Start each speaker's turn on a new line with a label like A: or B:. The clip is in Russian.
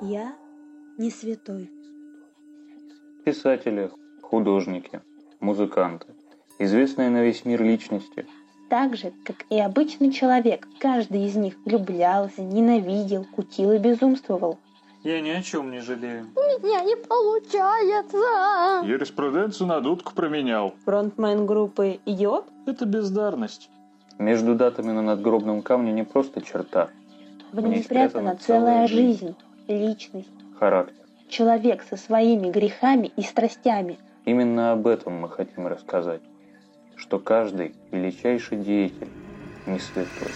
A: Я не святой.
B: Писатели, художники, музыканты, известные на весь мир личности,
A: Так же, как и обычный человек, каждый из них влюблялся, ненавидел, кутил и безумствовал.
C: Я ни о чем не жалею.
D: меня не получается.
E: Юриспруденцию на дудку променял.
A: Фронтмен группы «Идиот»
C: Это бездарность.
B: между датами на надгробном камне не просто черта,
A: в ней спрятана целая жизнь, личность.
B: характер.
A: Человек со своими грехами и страстями.
B: Именно об этом мы хотим рассказать, что каждый величайший деятель не святой.